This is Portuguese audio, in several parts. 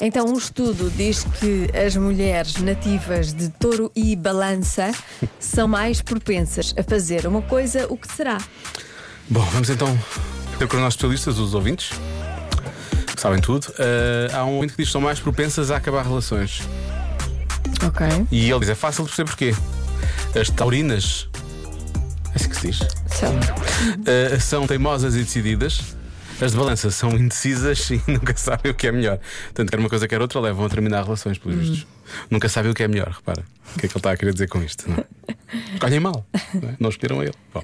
Então, um estudo diz que as mulheres nativas de touro e balança são mais propensas a fazer uma coisa, o que será? Bom, vamos então ter com os nossos especialistas, os ouvintes, que sabem tudo. Ah, há um ouvinte que diz que são mais propensas a acabar relações. Ok. E ele diz: é fácil de perceber porquê. As taurinas, é assim que se diz, um ah, são teimosas e decididas. As de balança são indecisas e nunca sabem o que é melhor. Portanto, quer uma coisa, quer outra, levam a terminar relações, pelos vistos. Hum. Nunca sabem o que é melhor, repara. O que é que ele está a querer dizer com isto? Não é? Escolhem mal, não, é? Não escolheram ele. Bom.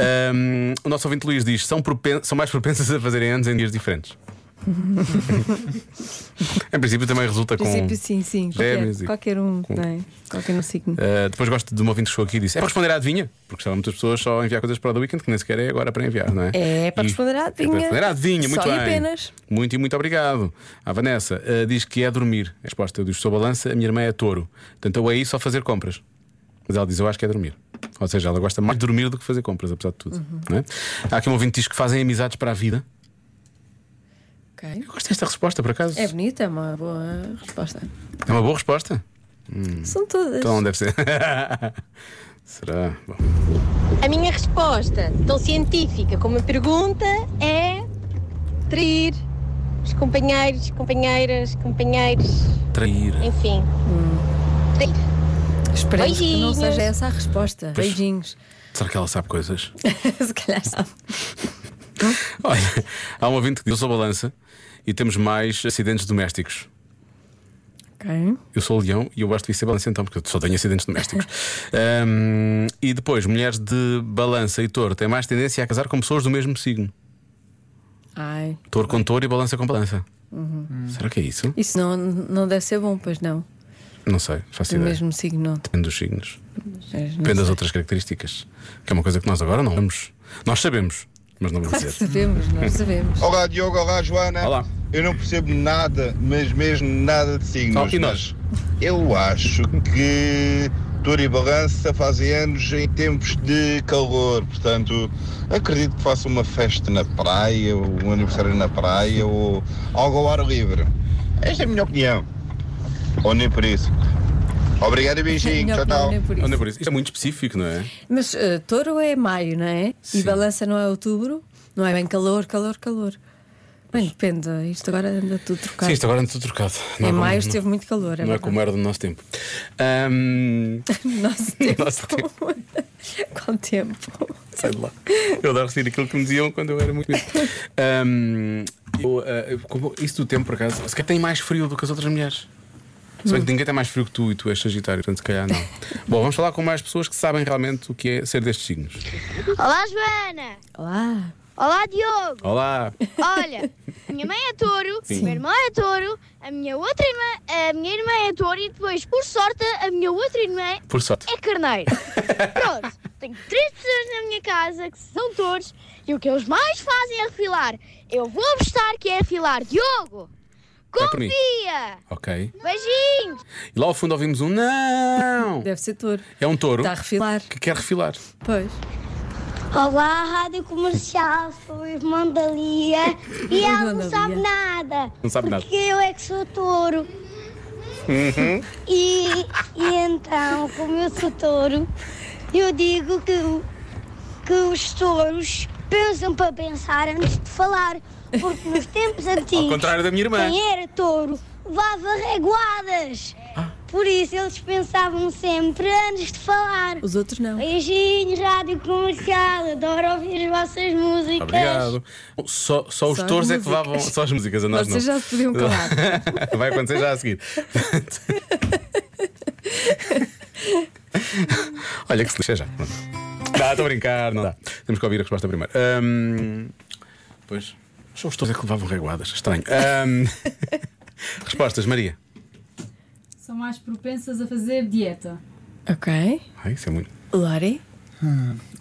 Ahm, o nosso ouvinte Luís diz: são, propen- são mais propensas a fazerem anos em dias diferentes. em princípio, também resulta No princípio, com. sim, sim. gêmeos e Qualquer, qualquer um, com- não é? Qualquer um signo. Ah, depois gosto de uma ouvinte que chegou aqui e disse: é para responder à adivinha? Porque estavam muitas pessoas só a enviar coisas para o The Weekend, que nem sequer é agora para enviar, não é? É, para E- responder à adivinha. É para responder à adivinha, Só muito e bem. apenas. Muito e muito obrigado. A Vanessa ah, diz que é dormir. A resposta do Sou Balança, a minha irmã é touro. Portanto, eu aí só fazer compras. Mas ela diz, eu acho que é dormir. Ou seja, ela gosta mais de dormir do que fazer compras, apesar de tudo. Uhum. não é? Há aqui um ouvinte que diz que fazem amizades para a vida. Ok. Eu gosto desta resposta, por acaso. É bonita, é uma boa resposta. É uma boa resposta. São todas. Então deve ser. Será? Bom. A minha resposta, tão científica como a pergunta, é trair os companheiros, companheiras, companheiros, Trair. enfim. Trair. Esperemos que não Beijinhos. seja essa a resposta. Pois. Beijinhos. Será que ela sabe coisas? Se calhar sabe. Olha, há um ouvinte que diz, eu sou balança e temos mais acidentes domésticos. Ok. Eu sou leão e eu gosto de ser balança então, porque eu só tenho acidentes domésticos. Ahm, e depois, mulheres de balança e touro têm mais tendência a casar com pessoas do mesmo signo. Ai. Touro com touro e balança com balança. Uhum. Será que é isso? Isso não, não deve ser bom, pois não. Não sei, faço Do ideia. mesmo signo. não. Depende dos signos. Mas não é. Depende das outras características. Que é uma coisa que nós agora não vamos. Nós sabemos, mas não vamos Claro que dizer. sabemos, nós sabemos. É Olá Diogo, olá Joana. Olá. Eu não percebo nada, mas mesmo nada de signos. Oh, e nós? mas Eu acho que Tour e Balança fazem anos em tempos de calor, portanto acredito que faça uma festa na praia, ou um aniversário na praia ou algo ao ar livre. Esta é a minha opinião. Ou nem por isso. Obrigado e beijinho. Melhor Tchau, que não, nem tchau. por isso. Olha, por isso, Isto é muito específico, não é? Mas eh, touro é maio, não é? Sim. E balança não é outubro, não é bem calor, calor, calor. Bem, depende, isto agora anda tudo trocado. Sim, isto agora anda tudo trocado. Em como- maio não- esteve muito calor, é Não é verdade. como era do nosso tempo. Ahm, Nosso tempo. Nosso tempo. Qual tempo? Sai de lá. Eu adoro ser aquilo que me diziam quando eu era muito miúdo. Ahm, eu, ah, eu- como- isso do tempo, por acaso, se calhar tem mais frio do que as outras mulheres. Se bem que ninguém tem mais frio que tu e tu és Sagitário, portanto, se calhar não. Bom, vamos falar com mais pessoas que sabem realmente o que é ser destes signos. Olá, Joana! Olá. Olá, Diogo! Olá! Olha, minha mãe é touro, o meu irmão é touro, a minha outra irmã, a minha irmã é touro e depois, por sorte, a minha outra irmã Por sorte. é carneiro. Pronto, tenho três pessoas na minha casa que são touros e o que eles mais fazem é refilar. Eu vou apostar que é refilar. Diogo, Vai por mim. confia! Ok. Beijinhos! E lá ao fundo ouvimos um não! Deve ser touro. É um touro Está a refilar. que quer refilar. Pois. Olá, Rádio Comercial, sou o irmão da Lia e Irmão da ela Lia. não sabe nada. Não sabe nada. Porque eu é que sou touro. Uhum. E, e então, como eu sou touro, eu digo que, o- que os touros pensam para pensar antes de falar. Porque nos tempos antigos, Ao contrário da minha irmã. quem era touro levava reguadas. Ah. Por isso eles pensavam sempre antes de falar. Os outros não. Beijinhos, Rádio Comercial, adoro ouvir as vossas músicas. Tá, Obrigado. Só, só os Só as touros é que músicas. levavam. Só as músicas, a nós Vocês não. já se podiam calar. Vai acontecer já a seguir. Olha que se lixa já. Pronto. Dá, estou a brincar, não dá. Temos que ouvir a resposta primeiro. Ahm, pois, só os todos é que levavam reguadas. Estranho. Ahm, respostas, Maria. São mais propensas a fazer dieta. Ok. Ai, isso é muito. Lori?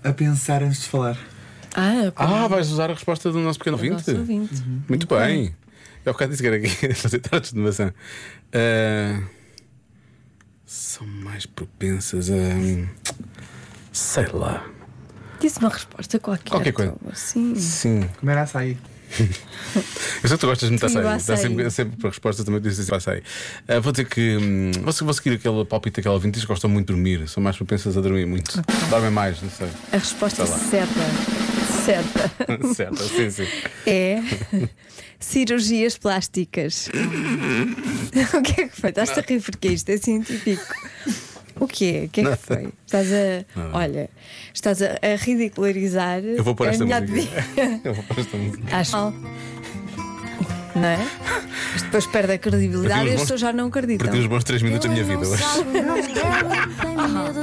A pensar antes de falar. Ah, ok. Ah, vais usar a resposta do nosso pequeno O ouvinte? Uhum. nosso ouvinte. Muito bem. Eu há bocado disse que era aqui fazer tartes de maçã. Ah, são mais propensas a. Sei lá. Disse uma resposta qualquer. então, Qualquer coisa. Sim. Sim. Comer açaí. Eu sei que tu gostas muito de Trigo açaí. açaí. Dá sempre, sempre para resposta também diz assim, açaí. Ah, vou dizer que hum, vou, se- vou seguir aquele palpite daquela ouvinte diz que gostam muito de dormir. São mais propensas a dormir muito. Dormem mais, não sei. A resposta Sei Tá lá. certa. Certa. certo, sim, sim. É cirurgias plásticas. o que é que foi? Estás-te a rir porque isto é científico. O que é? O que é que foi? Estás a. Olha, estás a, a ridicularizar. Eu vou pôr a esta minha música. adivinha- Eu vou pôr esta música. Acho mal. Não é? Mas depois perde a credibilidade e as Perdi uns bons- pessoas já não acreditam. Perdi os bons 3 minutos da minha vida hoje. Tem medo de